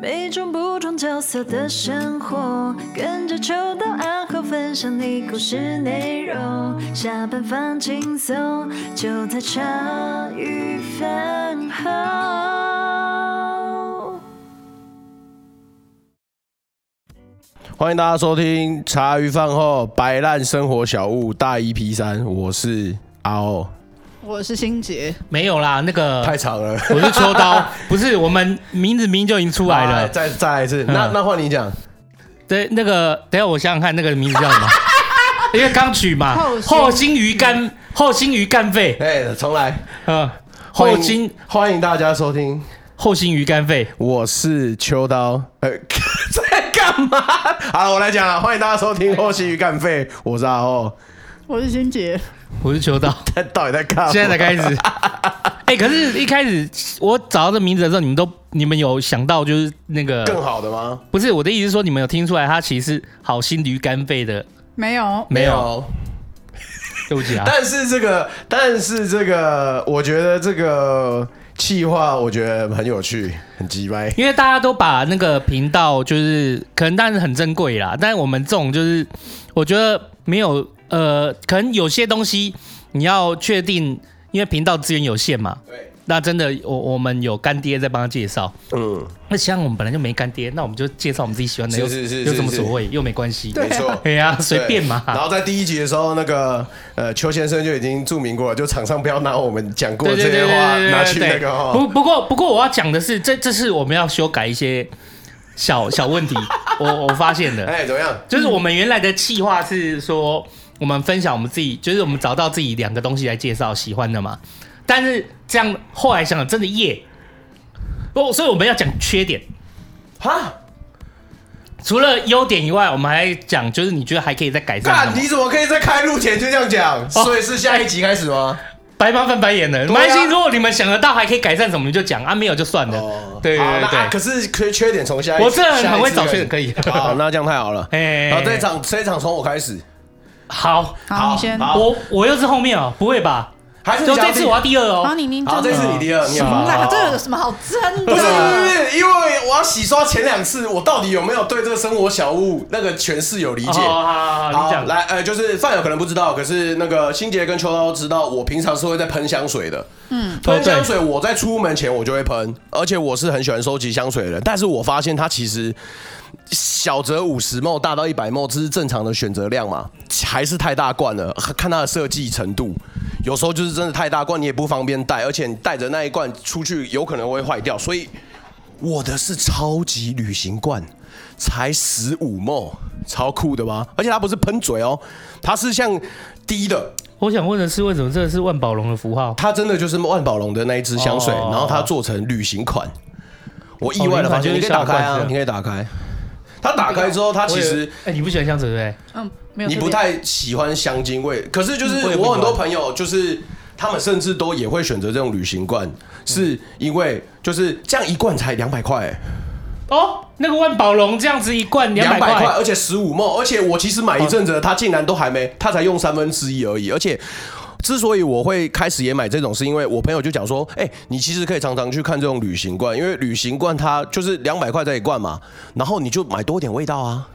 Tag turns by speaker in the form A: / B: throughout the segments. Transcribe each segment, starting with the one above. A: 每种不同角色的生活，跟着秋到暗号分享你故事内容。下班放轻松，就在茶余饭后。
B: 欢迎大家收听茶余饭后摆烂生活小物大一 P 三，我是阿欧，
C: 我是心杰，
D: 没有啦，那个
B: 太长了，
D: 我是秋刀，不是我们名字明明就已经出来
B: 好
D: 了。
B: 再再来一次，那
D: 嗯
B: 那换你讲，
D: 对，那个等一下我想想看，那个名字叫什 么？因为刚取嘛
C: 后，心
D: 后心鱼干， 后心鱼干肺，
B: 哎，重来，
D: 嗯，
B: 欢
D: 后
B: 迎
D: 心
B: 欢迎大家收听，
D: 后心鱼干肺，
B: 我是秋刀，呃， 在干嘛？好了，我来讲了，欢迎大家收听后期鱼干废，我是阿欧，
C: 我是心杰，
D: 我是秋刀，
B: 他到底在干嘛？
D: 现在才开始。哎，可是，一开始我找到这名字的时候，你们都你们有想到就是那
B: 更
D: 个
B: 好的吗？
D: 不是我的意思是说，你们有听出来他其实是好心驴肝肺的？
C: 没有，
D: 没有，，对不起啊，
B: 但是这个，但是这个，我觉得这个气话，我觉得很有趣，很鸡掰。
D: 因为大家都把那个频道就是可能，但是很珍贵啦。但是我们这种就是，我觉得没有呃，可能有些东西你要确定，因为频道资源有限嘛。
B: 对，
D: 那真的，我我们有干爹在帮他介绍。
B: 嗯，
D: 那像我们本来就没干爹，那我们就介绍我们自己喜欢的，
B: 是
D: 又
B: 是是
D: 有
B: 是
D: 什么
B: 是
D: 所谓，又没 关系。
B: 没 错。
D: 哎呀，随便嘛。
B: 对然后在第一集的时候，那个呃，邱先生就已经注明过了，就场上不要拿我们讲过的这些话拿去那个
D: 不
B: 哦。
D: 不过不过我要讲的是，这这是我们要修改一些小小问题，我我发现的。
B: 哎，怎么样？
D: 就是我们原来的计划是说，我们分享我们自己，就是我们找到自己两个东西来介绍喜欢的嘛。但是这样后来想想，真的耶。哦，所以我们要讲缺点，
B: 哈，
D: 除了优点以外，我们还讲就是你觉得还可以再改善
B: 干，
D: 的
B: 你
D: 嘛。
B: 怎么可以在开录前就这样讲？
D: 哦
B: 所以是下一集开始吗？
D: 白猫翻白眼的，没
B: 对啊
D: 关系。如果你们想得到还可以改善什么，你就讲啊，没有就算了。对对
B: 好那啊可
D: 对
B: 是缺缺点从下一
D: 对，我这人
B: 下一
D: 很会
B: 次
D: 找
B: 开
D: 缺
B: 始
D: 点，可以。
B: 好，那这样太好了。
D: 哎
B: 好，这一场这一场从我开始，
D: 好，
C: 好，你先，
B: 好
D: 我我又是后面哦，不会吧？
B: 还是你
D: 就
B: 想
D: 这
B: 要
D: 次
B: 听
D: 我要第二哦
C: 好，。你你
B: 好，
C: 真
B: 这
C: 的
B: 次你第二，你
C: 行啦，
B: 好
C: 这有什么好争
B: 不是不是
C: 的？
B: 不是，因为我要洗刷前两次，我到底有没有对这个生活小物那个诠释有理解？
D: 哦好好好，你讲。
B: 来，呃，就是饭友可能不知道，可是那个新杰跟秋刀知道，我平常是会在喷香水的。嗯，喷香水我在出门前我就会喷，而且我是很喜欢收集香水的人。但是我发现它其实小则五十沫，大到一百沫，这是正常的选择量嘛，还是太大罐了。看它的设计程度，有时候就是真的太大罐，你也不方便带，而且你带着那一罐出去有可能会坏掉，所以我的是超级旅行罐，才十五沫，超酷的吧？而且它不是喷嘴哦，它是像滴的，
D: 我想问的是，为什么这个是万宝龙的符号？
B: 它真的就是万宝龙的那一支香水，
D: 哦
B: 然后它做成旅行款。我意外的发现，
D: 哦
B: 你可以打开
D: 旅行款就是
B: 啊，
D: 像
B: 你可以打开。它打开之后，它其
D: 我
B: 实
D: 也哎，你不喜欢香水对
C: 嗯，没有
B: 你
C: 特别，
B: 不太喜欢香精味，可是就是
D: 嗯我也不
B: 我
D: 喜欢
B: 很多朋友就是。他们甚至都也会选择这种旅行罐，是因为就是这样一罐才两百块，
D: 不对？哦，那个万宝龙这样子一罐两
B: 两
D: 百
B: 百块，
D: 块，
B: 而且十五梦，而且我其实买一阵子了，它竟然都还没，它才用三分之一而已，而且。之所以我会开始也买这种，是因为我朋友就讲说，哎、你其实可以常常去看这种旅行罐，因为旅行罐它就是两百块这一罐嘛，然后你就买多点味道啊。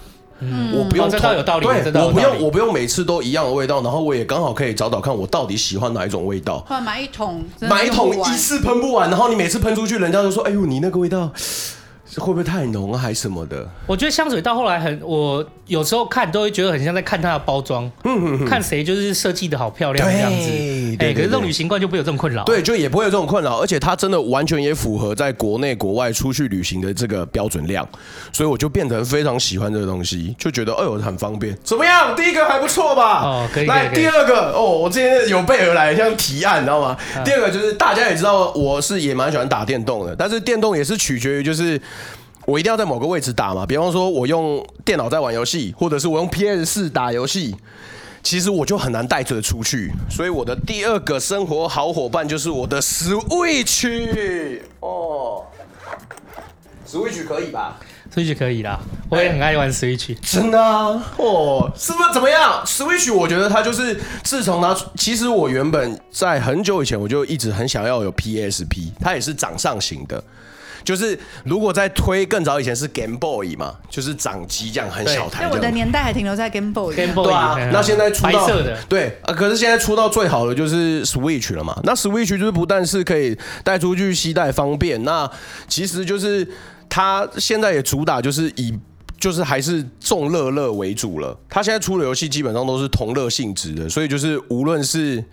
B: 我不用
D: 哦这
B: 同、
D: 倒有道理这
B: 对，
D: 倒有
B: 我不
D: 道
B: 用
D: 理
B: 我不用每次都一样的味道，然后我也刚好可以找找看我到底喜欢哪一种味道。
C: 换买一桶，真的
B: 买一
C: 用不
B: 桶
C: 完
B: 一次喷不完，然后你每次喷出去，人家就说，哎呦，你那个味道会不会太浓啊，还是什么的？
D: 我觉得香水到后来很，我有时候看都会觉得很像在看它的包装，看谁就是设计的好漂亮这样子。
B: 对对
D: 哎，可是
B: 对
D: 这种
B: 对
D: 旅行罐就不会有这种困扰。
B: 对，就也不会有这种困扰，而且它真的完全也符合在国内国外出去旅行的这个标准量，所以我就变成非常喜欢这个东西，就觉得哎呦很方便。怎么样？第一个还不错吧？
D: 哦可以
B: 来
D: 可以可以
B: 第二个哦，我今天有备而来，像提案，你知道吗？
D: 啊
B: 第二个就是大家也知道，我是也蛮喜欢打电动的，但是电动也是取决于就是。我一定要在某个位置打嘛，比方说我用电脑在玩游戏，或者是我用 PS 四打游戏，其实我就很难带着出去，所以我的第二个生活好伙伴就是我的 Switch 哦，Switch 可以吧？
D: ，Switch 可以啦，我也很爱玩 Switch。
B: 真的啊，哦，是不是怎么样？Switch 我觉得它就是自从它出，其实我原本在很久以前我就一直很想要有 PSP，它也是掌上型的。就是如果在推更早以前是 Game Boy 嘛，就是掌机这样很小台
C: 因为我
B: 这
C: 的
B: 样。
C: 年代还停留在 Game Boy。
D: Game Boy，
B: 对啊
D: 嗯，
B: 那现在出
D: 白
B: 到
D: 色的，
B: 对、呃，可是现在出到最好的就是 Switch 了嘛。那 Switch 就是不但是可以带出去携带方便，那其实就是它现在也主打就是以。就是还是重乐乐为主了，它现在出的游戏基本上都是同乐性质的，所以就是无论是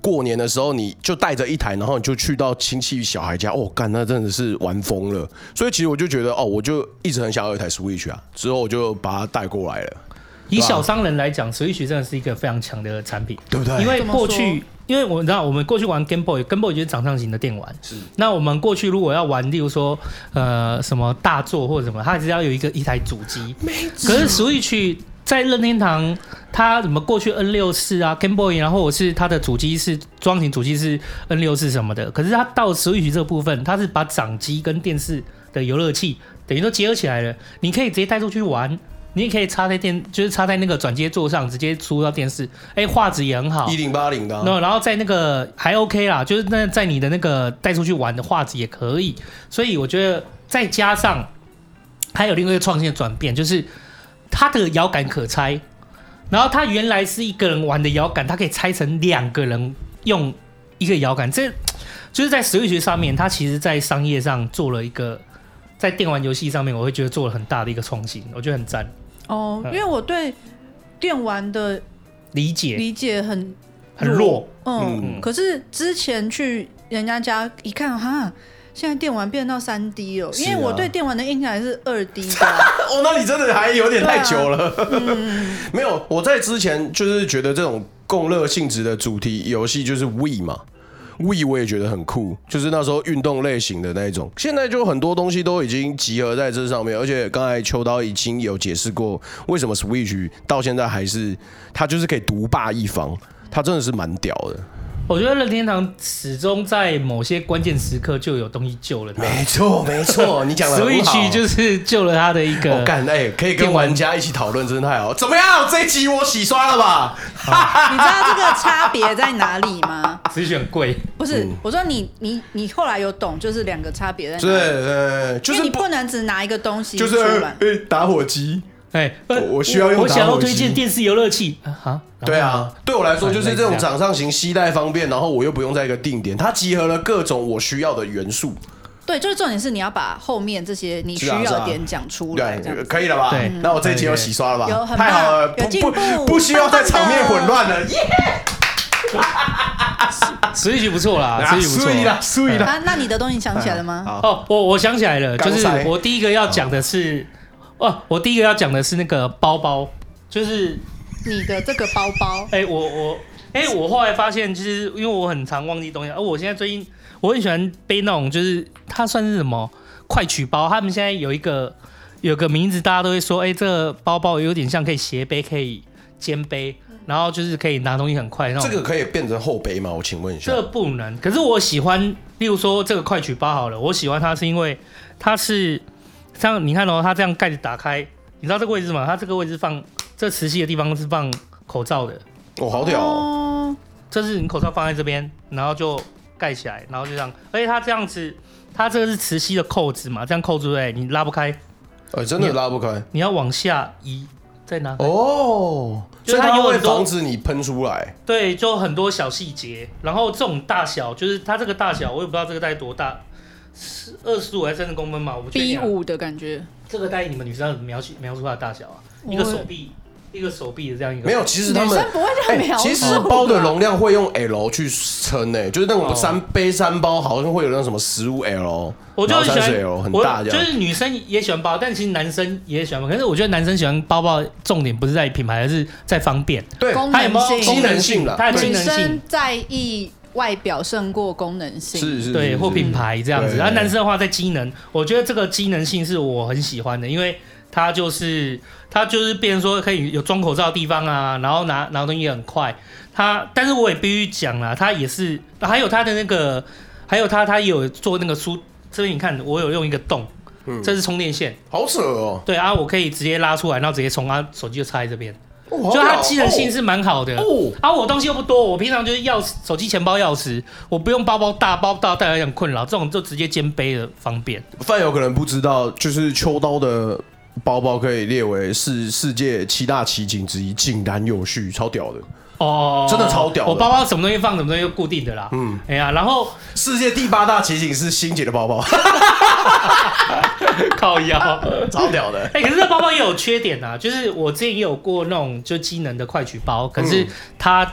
B: 过年的时候，你就带着一台，然后你就去到亲戚小孩家，哦，干，那真的是玩疯了。所以其实我就觉得，哦，我就一直很想要一台 Switch 啊，之后我就把它带过来了。
D: 以小商人来讲，Switch 真的是一个非常强的产品，
B: 对不对
D: 因为
C: 怎么
D: 过
C: 说
D: 去，因为我知道我们过去玩 Game Boy，Game Boy 就是掌上型的电玩。是。那我们过去如果要玩，例如说呃什么大作或者什么，它只要有一个一台主机。可是 Switch 在任天堂，它怎么过去 N 六四啊 Game Boy，然后我是它的主机是装型主机是 N 六四什么的，可是它到 Switch 这部分，它是把掌机跟电视的游乐器等于都结合起来了，你可以直接带出去玩。你也可以插在电，就是插在那个转接座上，直接输到电视。哎、画质也很好
B: 一。零八零的啊、
D: 那然后在那个还 OK 啦，就是那在你的那个带出去玩的画质也可以。所以我觉得再加上还有另外一个创新的转变，就是它的摇杆可拆。然后它原来是一个人玩的摇杆，它可以拆成两个人用一个摇杆。这就是在 Switch 上面，它其实在商业上做了一个，在电玩游戏上面，我会觉得做了很大的一个创新，我觉得很赞。
C: 哦，因
D: 嗯
C: 为我对电玩的
D: 理解
C: 理解很
D: 很弱，
C: 嗯，
B: 嗯
C: 可是之前去人家家一看，哈，现在电玩变到三 D 了，
B: 是啊
C: 因为我对电玩的印象还是二 D 的。
B: 哦，那你真的还有点太久了。
D: 啊
C: 嗯，
B: 没有，我在之前就是觉得这种共乐性质的主题游戏就是 We 嘛。We 我也觉得很酷，就是那时候运动类型的那一种。现在就很多东西都已经集合在这上面，而且刚才秋刀已经有解释过，为什么 Switch 到现在还是它就是可以独霸一方，它真的是蛮屌的。
D: 我觉得任天堂始终在某些关键时刻就有东西救了他。
B: 错，没错，你得很好
D: Switch 就是救了他的一
B: 我
D: 个。
B: 干哎、可以跟玩家一起讨论，真的太好。怎么样？这一集我洗刷了吧？
C: 你知道这个差别在哪里吗？
D: Switch 很贵，
C: 不是，
B: 嗯
C: 我说你你你后来有懂，就是两个差别在
B: 是，
C: 哪里？
B: 呃，就
C: 因为
B: 是
C: 你不能只拿一个东西
B: 就
C: 出
B: 是
C: 来。
B: 呃打火机。
D: 哎，
B: 我我需要用
D: 我想
B: 打
D: 要
B: 火机
D: 推荐电视游乐器啊，哈
B: 对，啊，对我来说就是这种
D: 哎
B: 掌上型携带方便，然后我又不用在一个定点，它集合了各种我需要的元素，
C: 对，就是重点是你要把后面这些你需要
B: 是啊是啊
C: 的点讲出来，这样
B: 对，
C: 子。
B: 可以了吧？
D: 对
B: 那我这一集有洗刷了吧？
C: 有很棒
B: 太好了，
C: 有
B: 不
C: 进
B: 不
C: 步
B: 不需要在场面混乱了，耶！
D: 然后 Switch 不错啦
B: 啊
D: ，Switch 不错
B: 睡啦睡啦
C: 啊，那你的东西想起来了 吗？
B: 好
D: 哦，我我想起来了，
B: 刚
D: 就是
B: 才
D: 我第一个要讲的是，哦，我第一个要讲的是那个包包，就是
C: 你的这个包包，
D: 哎、我我哎、我后来发现，就是因为我很常忘记东西，而、我现在最近我很喜欢背那种，就是它算是什么快取包，他们现在有一个有个名字，大家都会说，哎、这个包包有点像可以斜背，可以肩背，然后就是可以拿东西很快那
B: 这
D: 种。
B: 个可以变成后背吗？我请问一下
D: 这，不能，可是我喜欢，例如说这个快取包好了，我喜欢它是因为它是像你看哦，它这样盖子打开，你知道这个位置吗？它这个位置放这磁吸的地方是放口罩的，
B: 我好屌哦，
C: 哦，
D: 这是你口罩放在这边，然后就盖起来，然后就这样。而且它这样子，它这个是磁吸的扣子嘛，这样扣住对不对，你拉不开，
C: 哦
B: 呃，真的拉不开
D: 你要往下移，再拿。
B: 哦，
D: 哎就
B: 所
D: 是
B: 以
D: 它
B: 它
D: 有
B: 会
D: 很多
B: 防止你喷出来，
D: 对，就很多小细节。然后这种大小，就是它这个大小，我也不知道这个带多大，是二十五还是三十公分嘛？我不确
C: B
D: 定啊、
C: 五的感觉，
D: 这个带你们女生要怎么描述描述它的大小啊？
C: 我
D: 一个手臂，一个手臂的这样一个。
B: 没有，，其实
C: 女
B: 他们
C: 生不会这
B: 哎
C: 样描述吧。啊
B: 其实包的容量会用 L 去称诶、就是那种
D: 哦
B: 三背三包，好像会有那种什么十五 L，
D: 我就很喜
B: 三
D: 欢
B: 十 L 哦很
D: 我
B: 大这
D: 就
B: 样。
D: 是女生也喜欢包，但其实男生也喜欢包。可是我觉得男生喜欢包包，重点不是在品牌，而是在方便。
B: 对，
C: 功
D: 它有没
C: 能
D: 有
C: 性，
B: 功能性啦
D: 它有
C: 女
D: 功能性
C: 生，在意外表胜过功能性。
B: 是是，
D: 对，
B: 是
D: 或
B: 是
D: 品牌这样
B: 嗯
D: 子。
B: 对
D: 然后男生的话，在机能，我觉得这个机能性是我很喜欢的，因为它就是它就是变成说可以有装口罩的地方啊，然后拿拿东西也很快。它，但是我也必须讲啦，它也是还有它的那个，还有它它也有做那个书，这边你看我有用一个洞，这是充电线，
B: 好扯哦，
D: 对啊，我可以直接拉出来，然后直接充啊，手机就插在这边。
B: 哦
D: 就
B: 好
D: 它
B: 屌
D: 机能性是蛮好的。
B: 哦
D: 啊，我东西又不多，我平常就是钥匙、手机、钱包、钥匙，我不用包包大包大带来讲困扰，这种就直接肩背的方便。
B: 饭友可能不知道，就是秋刀的包包可以列为世世界七大奇景之一，井然有序，超屌 的。
D: 哦，
B: 真的超屌的
D: 我包包什么东西放，什么东西就固定的啦。嗯，哎呀，然 后
B: 世界第八大奇景是欣姐的包 包，
D: 靠腰。
B: 超屌的。
D: 哎、可是这包包也有缺点啊，就是我之前也有过那种就机能的快取包，可
B: 嗯
D: 是它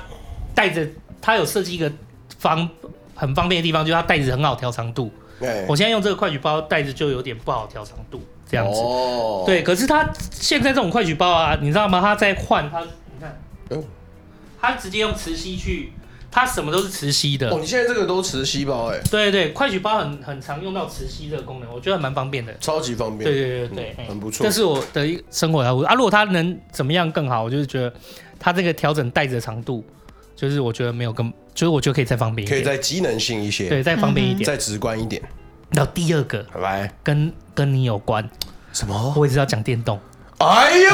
D: 带着它有设计一个方很方便的地方，就是它袋子很好调长度。
B: 哎
D: 我现在用这个快取包袋子就有点不好调长度，这样子。
B: 哦，
D: 对，可是它现在这种快取包啊，你知道吗？它在换它，你看
B: 哦，
D: 它直接用磁吸去，它什么都是磁吸的。
B: 哦，你现在这个都磁吸包，哎，
D: 对对，快取包很很常用到磁吸这个功能，我觉得蛮方便的。
B: 超级方便。
D: 对对对对，
B: 嗯
D: 哎
B: 很不错
D: 这是我的一生活小物啊。如果它能怎么样更好，我就是觉得它这个调整带子的长度，就是我觉得没有更，就是我觉得可以再方便一
B: 可以
D: 点，
B: 再机能性一些，
D: 对，再方便一点。
B: 再直观一点。
D: 然后第二个
B: 来，
D: 跟跟你有关，
B: 什么？
D: 我也是要讲电动。
B: 哎呦，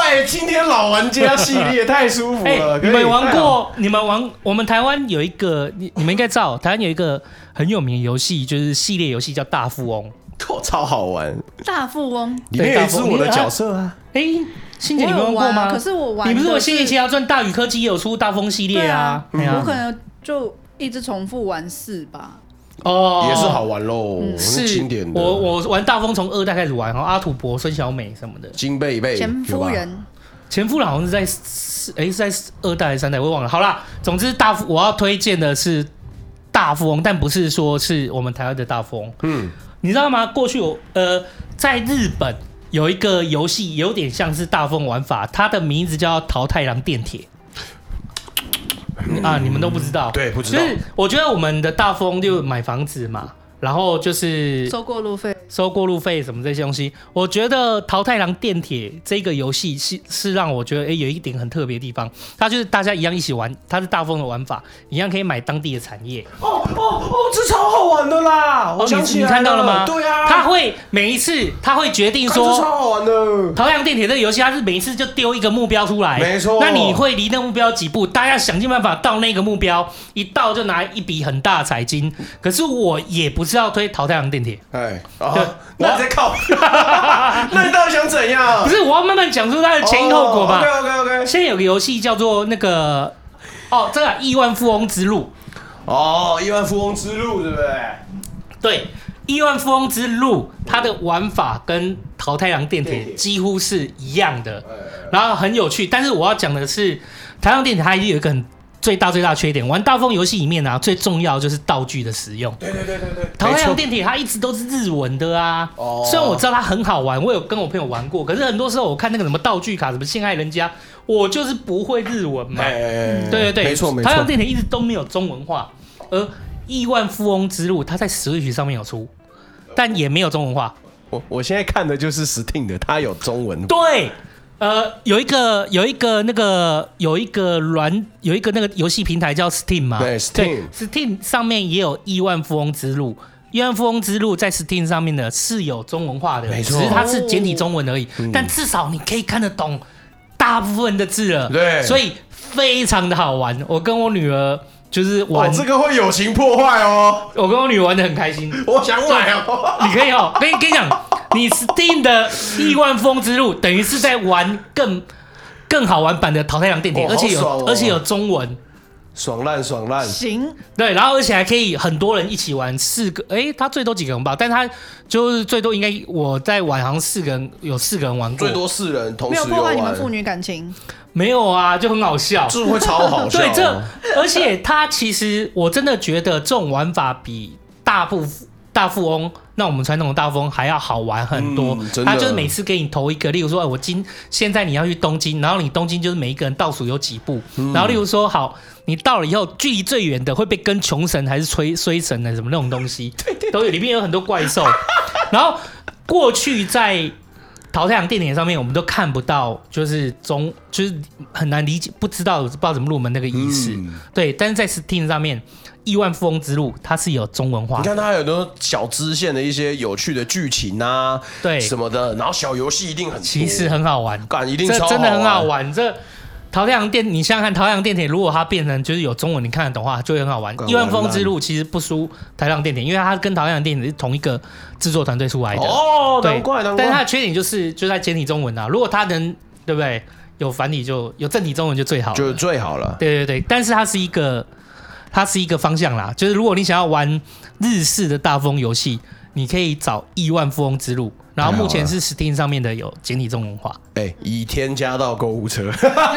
B: 哎，今天老玩家系列太舒服
D: 哎、
B: 了。
D: 你
B: 可以
D: 们玩？过？你们玩？我们台湾有一个，你你们应该知道，台湾有一个很有名的游戏，就是系列游戏叫大富翁。
B: 靠超好玩，
C: 大富翁，
B: 里面有一
D: 大
B: 只
D: 富翁
B: 我的
D: 你
B: 角色啊。
D: 哎、欣
C: 我
D: 姐，你
C: 有
D: 们玩过
C: 玩啊，
D: 吗？
C: 可是我玩，
D: 你不是我《仙剑奇侠传》大宇科技也有出大风系列啊？
C: 对
D: 哎呀
C: 我可能就一直重复玩四吧。
D: 哦
B: 也是好玩喽，
D: 是
B: 经典的。
D: 我我玩大风从二代开始玩，然后阿土伯、孙小美什么的。
B: 金贝贝
C: 前夫，
B: 哎有吧
C: 人，
D: 前夫老好像是在四，哎、是在二代还是三代，我忘了。好啦，总之大富我要推荐的是大富翁，但不是说是我们台湾的大富翁。
B: 嗯，
D: 你知道吗？过去有呃，在日本有一个游戏，有点像是大风玩法，它的名字叫《桃太郎电铁》。啊，你们都不知道？
B: 嗯对不知道
D: 就是我觉得我们的大风就买房子嘛，然后就是
C: 收过路费，
D: 收过路费什么这些东西。我觉得《桃太郎电铁》这个游戏是是让我觉得诶、有一点很特别的地方，它就是大家一样一起玩，它是大风的玩法，一样可以买当地的产业。
B: 哦哦哦，这超好玩的啦！我
D: 哦，
B: 想
D: 你
B: 起
D: 你
B: 来
D: 看到了吗？
B: 对啊，
D: 他会每一次他会决定
B: 看这
D: 说。
B: 超好玩的。
D: 桃阳电铁这个游戏，它是每一次就丢一个目标出来，
B: 没错
D: 那你会离那目标几步？大家想尽办法到那个目标，一到就拿一笔很大的彩金。可是我也不是要推桃太阳电铁，
B: 哎，
D: 对
B: 啊，那你在靠， 那你到底想怎样
D: 不？是我要慢慢讲出它的 前因后果嘛。
B: OK OK OK。
D: 现在有个游戏叫做那个，哦，这个《亿万富翁之路》。
B: 哦，亿万富翁之路，对不对？
D: 对，《亿万富翁之路》它的玩法跟桃太郎电
B: 电
D: 铁
B: 铁哎
D: 几乎是一样的，然后很有趣。但是我要讲的是，台湾电铁它一定有一个很最大最大的缺点，玩大风游戏里面呢、啊，最重要的就是道具的使用。
B: 对对对对对。
D: 桃
B: 没
D: 太
B: 错
D: 郎电铁它一直都是日文的啊
B: 哦，
D: 虽然我知道它很好玩，我有跟我朋友玩过，可是很多时候我看那个什么道具卡，什么陷害人家，我就是不会日文嘛。
B: 哎，
D: 对对对，
B: 没错没
D: 桃太郎
B: 错。
D: 电铁一直都没有中文化，而《亿万富翁之路》它在 Switch 上面有出，但也没有中文化。
B: 我我现在看的就是 Steam 的，它有中文。
D: 对，呃，有一个有一个那个有一个软有一个那个游戏平台叫 Steam 嘛，
B: 对
D: 对
B: Steam
D: Steam 上面也有《亿万富翁之路》。《亿万富翁之路》在 Steam 上面的是有中文化的，
B: 没
D: 只
B: 错哦嗯
D: 是它是简体中文而已，但至少你可以看得懂大部分的字了，
B: 对
D: 所以非常的好玩。我跟我女儿就是玩
B: 哦，这个会友情破坏哦，
D: 我跟我女儿玩的很开心。
B: 我想买哦。
D: 你可以哦，跟跟你讲，你 Steam 的《亿万富翁之路》等于是在玩更更好玩版的《桃太郎电铁》
B: 哇
D: 而且有、
B: 好爽哦
D: 而且有中文，
B: 爽烂爽烂，
C: 行，
D: 对，然后而且还可以很多人一起玩，四个，诶，他最多几个人吧？但他就是最多应该我在玩好像四个人有四个人玩过，
B: 最多四人同
C: 没
B: 时
C: 有
B: 游
C: 破坏
B: 玩，
C: 你们父女感情。
D: 没有啊，就很好笑。
B: 这会超好笑哦。
D: 对，这而且它其实我真的觉得这种玩法比大部大富翁，那我们传统的大富翁还要好玩很多
B: 嗯。真的
D: 它就是每次给你投一个，例如说，哎，我今现在你要去东京，然后你东京就是每一个人倒数有几步，
B: 嗯
D: 然后例如说，好，你到了以后，距离最远的会被跟穷神还是吹衰神的什么那种东 西，都有，里面有很多怪兽。然后过去在淘太阳电影上面，我们都看不到，就是中就是很难理解，不知道不知道怎么入门那个意思。
B: 嗯
D: 对，但是在 Steam 上面，《亿万富翁之路》它是有中文化
B: 你，看它有很多小支线的一些有趣的剧情啊，
D: 对，
B: 什么的，然后小游戏一定很多
D: 其实很好玩，
B: 干一定
D: 这
B: 超
D: 真的很好
B: 玩。
D: 玩。这桃太阳电，你想想看，桃太阳电铁如果它变成就是有中文你看得懂的话，就会很好玩。
B: 干
D: 亿万
B: 玩
D: 风
B: 烂
D: 之路其实不输台浪电铁，因为它跟桃太阳电铁是同一个制作团队出来的。
B: 哦，
D: 对
B: 难怪难
D: 但是它
B: 怪。
D: 的缺点就是就在简体中文啊，如果它能对不对有繁体就有正体中文就最好了
B: 就是最好了，
D: 对对对，但是它是一个，它是一个方向啦。就是如果你想要玩日式的大风游戏，你可以找《亿万富翁之路》，然后目前是 Steam 上面的有简体中文化。
B: 哎，已添加到购物车，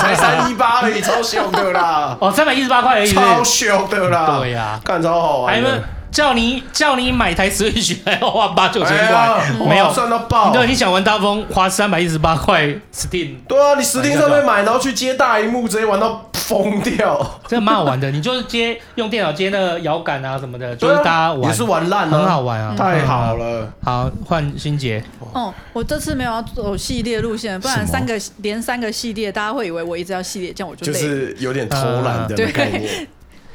B: 才三一八而已，超凶的啦，
D: 哦，三百一十八块而已是不是
B: 超哎凶的啦，
D: 对呀哎
B: 干超好
D: 还
B: 玩
D: 有没有
B: 的，
D: 叫你叫你买台 Switch 还要花八九千
B: 哎
D: 块
B: 呀，，
D: 没有
B: 哇。算到爆，
D: 对，你想玩大风，花三百一十八块 Steam，
B: 对啊，你 Steam 上面买，然后去接大荧幕，直接玩到疯掉，
D: 真的蛮好玩的。你就是接用电脑接那个摇杆啊什么的，就
B: 对啊
D: 是大家玩，
B: 也是玩烂了，
D: 很好，玩啊，
B: 太好。了，
D: 好，换欣杰。
C: 哦，我这次没有要走系列路线，不然
B: 什么
C: 三个连三个系列，大家会以为我一直要系列，这样我就
B: 就
C: 累。
B: 是有
D: 呃
B: 点偷懒的
C: 对
B: 概 念，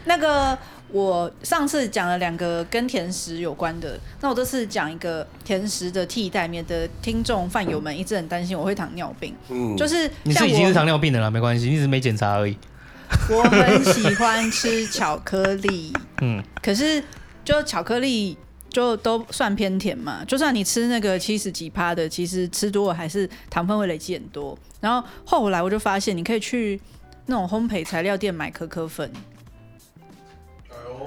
C: 那个我上次讲了两个跟甜食有关的，那我这次讲一个甜食的替代，免得听众饭友们一直很担心我会糖尿病。
B: 嗯，
C: 就是
D: 你
C: 像我
D: 是已经是糖尿病的了，没关系，你只是没检查而已。
C: 我很喜欢吃巧克力，
D: 嗯，
C: 可是就巧克力就都算偏甜嘛，就算你吃那个七十几趴的，其实吃多了还是糖分会累积很多。然后后来我就发现，你可以去那种烘焙材料店买可可粉，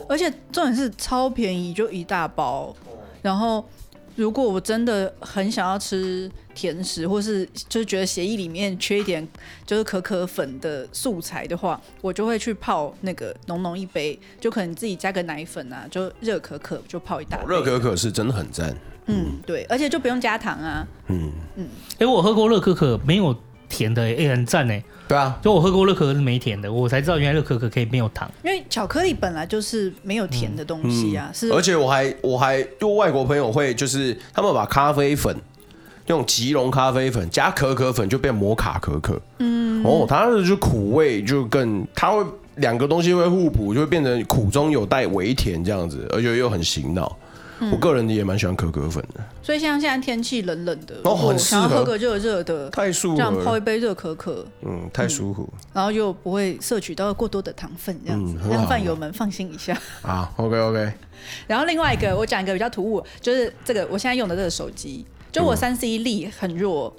C: 而且重点是超便宜，就一大包。然后如果我真的很想要吃甜食，或是就是觉得协议里面缺一点就是可可粉的素材的话，我就会去泡那个浓浓一杯，就可能自己加个奶粉啊，就热可可就泡一大杯。
B: 热可可是真的很赞，
C: 嗯，对，而且就不用加糖啊。
B: 嗯，
D: 哎、我喝过乐可可，没有甜的、欸，哎、很赞哎、
B: 对啊，
D: 就我喝过乐可可是没甜的，我才知道原来乐可可可以没有糖。
C: 因为巧克力本来就是没有甜的东西啊，是
B: 而且我还我还就外国朋友会就是他们把咖啡粉。用吉隆咖啡粉加可可粉就变摩卡可可，嗯，哦，它的就苦味就更，它会两个东西会互补，就会变成苦中有带微甜这样子，而且又很醒脑。
C: 嗯
B: 我个人也蛮喜欢可可粉的，
C: 所以像现在天气冷冷的，
B: 哦很
C: 我想要
B: 适合哦
C: 喝个热热的，
B: 太舒
C: 这样
B: 服
C: 泡
B: 了，
C: 一杯热可可，
B: 嗯，太舒服
C: 然后又不会摄取到过多的糖分，这样子、
B: 嗯很好
C: 让饭友们放心一下。
B: 啊，OK OK，
C: 然后另外一个，我讲一个比较突兀，就是这个我现在用的这个手机，就
B: 嗯
C: 我三 C 力很弱。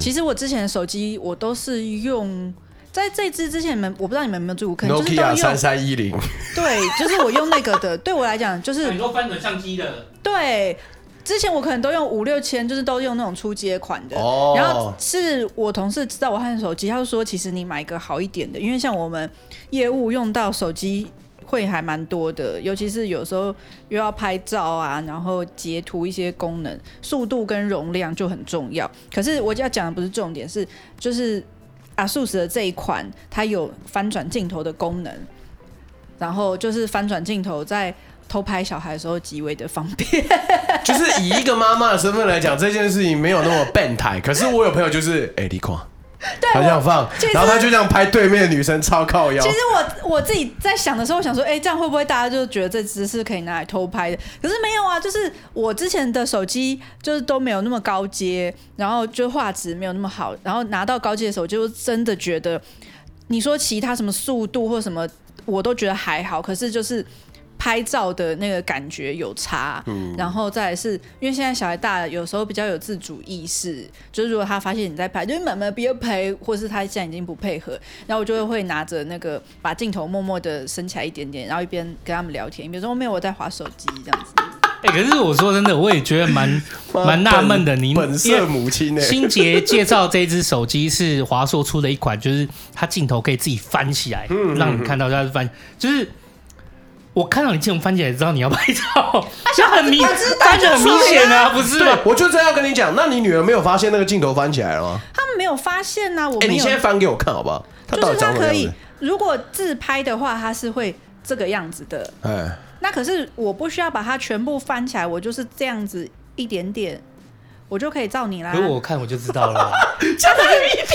C: 其实我之前的手机我都是用，在这支之前你们我不知道你们有没有注意，可能就是都
B: Nokia
C: 用
B: 三三一零，
C: 对，就是我用那个的，对我来讲就是
D: 说翻转相机的，
C: 对，之前我可能都用五六千，就是都用那种出街款的。
B: 哦
C: 然后是我同事知道我换手机，他就说其实你买一个好一点的，因为像我们业务用到手机。会还蛮多的，尤其是有时候又要拍照啊，然后截图一些功能，速度跟容量就很重要。可是我要讲的不是重点，是就是阿素斯的这一款，它有翻转镜头的功能，然后就是翻转镜头在偷拍小孩的时候极为的方便。
B: 就是以一个妈妈的身份来讲，这件事情没有那么变态。可是我有朋友就是，哎、你狂，他这样放
C: 其，实
B: 然后他就这样拍对面的女生，超靠腰
C: 其。实我我自己在想的时候，我想说，哎、这样会不会大家就觉得这只是可以拿来偷拍的？可是没有啊，就是我之前的手机就是都没有那么高阶，然后就画质没有那么好，然后拿到高阶的时候，就真的觉得，你说其他什么速度或什么，我都觉得还好，可是就是。拍照的那个感觉有差，然后再来是因为现在小孩大了，有时候比较有自主意识，就是如果他发现你在拍，就是妈妈不要拍，或是他现在已经不配合，然后我就会拿着那个把镜头默默的升起来一点点，然后一边跟他们聊天，比如说哦没有我在划手机这样子。
D: 哎、可是我说真的，我也觉得蛮蛮纳闷的。你
B: 本
D: 因
B: 色
D: 为
B: 母亲 欸呢、
D: 新杰介绍这只手机是华硕出的一款，就是它镜头可以自己翻起来，让你看到它是翻，就是我看到你镜头翻起来，知道你要拍照，就很明，翻的很明显啊，不是
B: 对
D: 吗？，
B: 我就这样跟你讲。那你女儿没有发现那个镜头翻起来了吗？
C: 他们没有发现呐、我
B: 哎、
C: 没
B: 你
C: 有，
B: 现在翻给我看好不好？她
C: 就
B: 到
C: 是
B: 底
C: 他
B: 长什么
C: 可
B: 样
C: 以
B: 子？，
C: 如果自拍的话，他是会这个样子的。
B: 哎，
C: 那可是我不需要把它全部翻起来，我就是这样子一点点。我就可以照你啦
D: 可。是我看我就知道了，啊就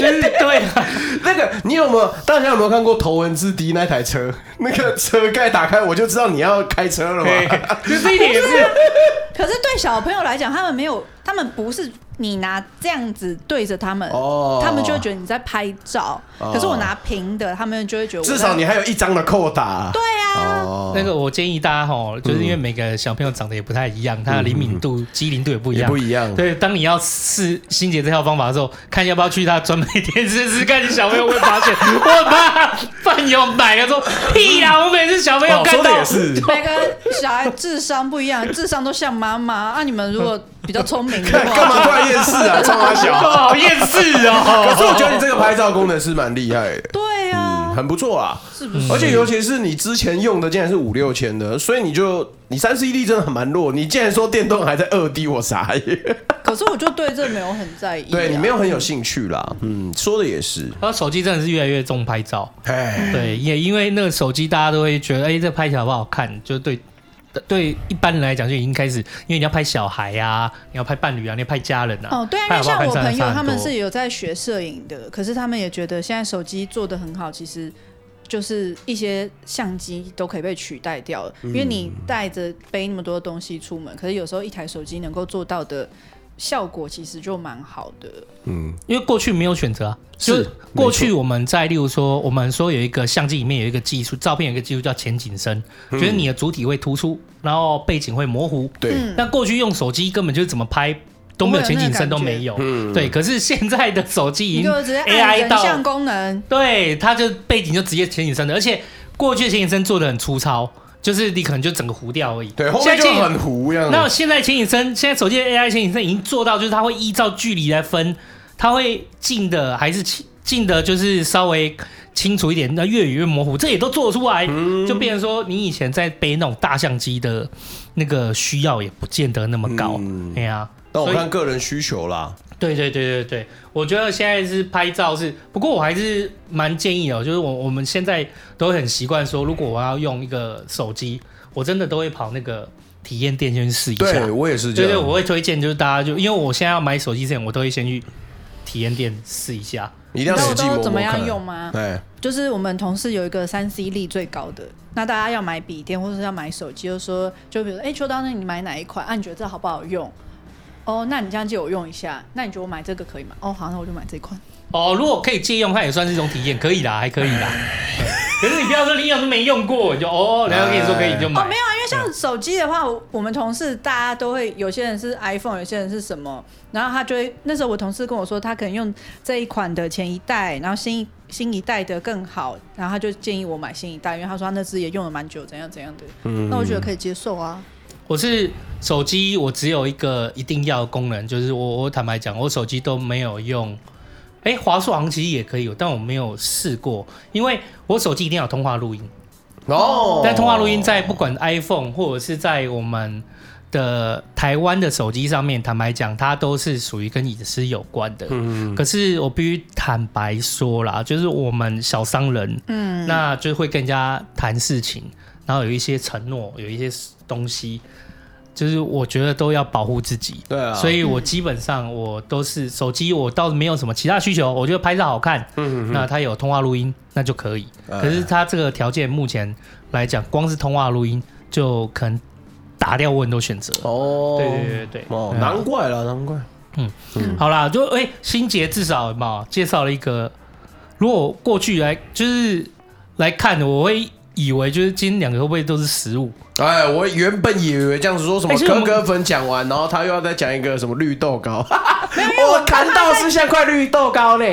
D: 是对啊，
B: 那个你有没有？大家有没有看过《头文字 D》那台车？那个车盖打开，我就知道你要开车了嘛。
D: 就这一点也是
C: 可是对小朋友来讲，他们没有，他们不是你拿这样子对着他们，
B: 哦
C: 他们就会觉得你在拍照。
B: 哦
C: 可是我拿平的，他们就会觉得我 在
B: 至少你还有一张的扣打。
C: 对啊，
B: 哦，嗯
D: 那个，我建议大家吼，就是因为每个小朋友长得也不太一样，他的灵敏度、机灵度也不一
B: 也
D: 样，
B: 不一样。
D: 对，当你要试新杰这套方法的时候，看要不要去他专卖店试试看，你小朋友会发现，我很怕饭友买了说屁啦，我每次小朋友
B: 哦
D: 看
B: 说的
D: 到
B: 也是。
C: 每个小孩智商不一样，智商都像妈妈。啊，你们如果比较聪明的
B: 干
C: 话，
B: 干嘛突然厌世啊？ 冲他
D: 不
B: 小。
D: 好意思哦，
B: 可是我觉得你这个拍照功能是蛮厉害的，
C: 对
D: 嗯
C: 啊，
B: 很不错啊。
C: 是不是？
B: 而且尤其是你之前用的竟然是五六千的，所以你就你三 C D 真的很蛮弱。你竟然说电动还在二 D，我傻眼。
C: 可是我就对这没有很在意、啊。
B: 对你没有很有兴趣啦，嗯，说的也是。
D: 然后手机真的是越来越重拍照，
B: 哎，
D: 对，也因为那个手机，大家都会觉得，哎、这拍起来好不好看？就对，对一般人来讲就已经开始，因为你要拍小孩啊，你要拍伴侣啊，你要拍家人啊。
C: 哦，对啊，因
D: 拍
C: 为
D: 好
C: 像
D: 不好看
C: 我
D: 真的
C: 朋友
D: 差很
C: 他们
D: 多
C: 是有在学摄影的，可是他们也觉得现在手机做的很好，其实就是一些相机都可以被取代掉
B: 嗯
C: 了，因为你带着背那么多东西出门，可是有时候一台手机能够做到的。效果其实就蛮好的，
B: 嗯，
D: 因为过去没有选择啊，
B: 是
D: 就是过去我们在例如说，我们说有一个相机里面有一个技术，照片有一个技术叫前景深，就是你的主体会突出，然后背景会模糊。
B: 对，
C: 嗯
D: 但过去用手机根本就是怎么拍都没有前景深都没有，对。可是现在的手机已
C: 你
D: 经
C: 就直接按
D: AI
C: 人
D: 到
C: 像功能，
D: 对，它就背景就直接前景深的，而且过去的前景深做的很粗糙，就是你可能就整个糊掉而已。
B: 对，后
D: 现
B: 面
D: 在
B: 就
D: 前景
B: 很糊样
D: 那
B: 子。
D: 现在前景深，现在手机的 AI 前景深已经做到，就是它会依照距离来分，它会近的还是清近的，就是稍微清楚一点，那越远越模糊，这也都做得出来，
B: 嗯
D: 就变成说你以前在背那种大相机的那个需要也不见得那么高，
B: 嗯
D: 哎呀、
B: 但我
D: 所以
B: 看个人需求啦，
D: 对对对对对，我觉得现在是拍照是，不过我还是蛮建议的哦，就是我我们现在都很习惯说，如果我要用一个手机，我真的都会跑那个体验店先去试一下。
B: 对我也是这
D: 对对，
B: 样。
D: 我会推荐，就是大家就因为我现在要买手机之前，我都会先去体验店试一下。
B: 一定要实际
C: 你知道
B: 摸摸
C: 我怎么样
B: 看
C: 用
D: 啊
C: 吗
B: 哎，
C: 就是我们同事有一个三 C 力最高的，那大家要买笔电或者是要买手机，就说就比如说，哎、秋刀，那你买哪一款？啊，你觉得这好不好用？哦，那你这样借我用一下，那你觉得我买这个可以吗？哦，好，那我就买这款。
D: 哦，如果可以借用，它也算是一种体验，可以啦，还可以 啦。对可是你不要说你有都没用过，你就哦，人家跟你说可以你就买。
C: 哦，没有啊，因为像手机的话，我我们同事大家都会，有些人是 iPhone，有些人是什么，然后他就会那时候我同事跟我说，他可能用这一款的前一代，然后新一新一代的更好，然后他就建议我买新一代，因为他说他那只也用了蛮久，怎样怎样的，那我觉得可以接受啊。
D: 我是手机，我只有一个一定要的功能，就是我我坦白讲，我手机都没有用。哎，华硕好像其实也可以有，但我没有试过，因为我手机一定要有通话录音。
B: 哦，
D: 但通话录音在不管 iPhone 或者是在我们的台湾的手机上面，坦白讲，它都是属于跟隐私有关的。
B: 嗯，
D: 可是我必须坦白说啦，就是我们小商人，嗯，那就会跟人家谈事情，然后有一些承诺，有一些东西，就是我觉得都要保护自己。
B: 对啊，
D: 所以我基本上我都是手机，我倒是没有什么其他需求，我觉得拍照好看，
B: 嗯
D: 那它有通话录音，那就可以。
B: 哎
D: 可是它这个条件目前来讲，光是通话录音就可能打掉我很多选择。
B: 哦，
D: 对对对对，
B: 哦，
D: 嗯
B: 难怪了，难怪。
D: 好啦，就哎，新杰至少嘛介绍了一个，如果过去来就是来看，我会以为就是今天两个会不会都是食物？
B: 哎，我原本以为这样子说什么
D: 哎所以我
B: 哥
D: 们
B: 哥粉讲完，然后他又要再讲一个什么绿豆糕，
C: 我
B: 我看到是像块绿豆糕呢。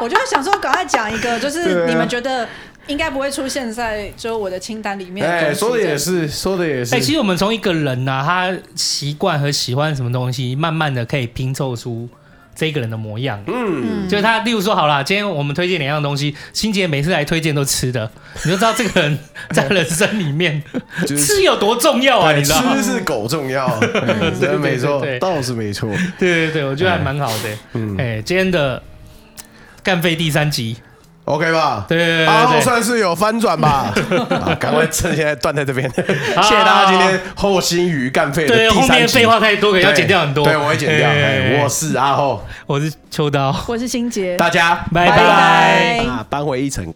C: 我就想说，赶快讲一个，就
B: 对啊
C: 是你们觉得应该不会出现在就我的清单里面。
B: 哎，说的也，是，说的也
D: 哎、其
B: 是。
D: 实我们从一个人呐、他习惯和喜欢什么东西，慢慢的可以拼凑出这个人的模样。嗯，就是他，例如说，好啦，今天我们推荐两样东西，欣姐每次来推荐都吃的，你就知道这 个人在人生里面、
B: 就是
D: 吃有多重要啊，
B: 哎
D: 你知道吗
B: 吃？是狗重 要，哎真的没错
D: 对对对，
B: 倒是没错。
D: 欸
B: 嗯
D: 哎对对对，我觉得还蛮好的、哎、今天的干废第三集，
B: OK 吧？
D: 对对对
B: 阿浩
D: 对
B: 算是有翻转 吧？啊赶快趁现在断在这边， 谢谢大家今天后心鱼干肺的
D: 对，
B: 哎第
D: 后
B: 三
D: 面
B: 集
D: 废话太多，可能要
B: 对
D: 剪掉很多。
B: 对，我会剪掉。
D: 哎
B: 哎我是阿浩，
D: 我是秋刀。
C: 我是心杰，
B: 大家
D: 拜拜
B: 啊，搬回一层。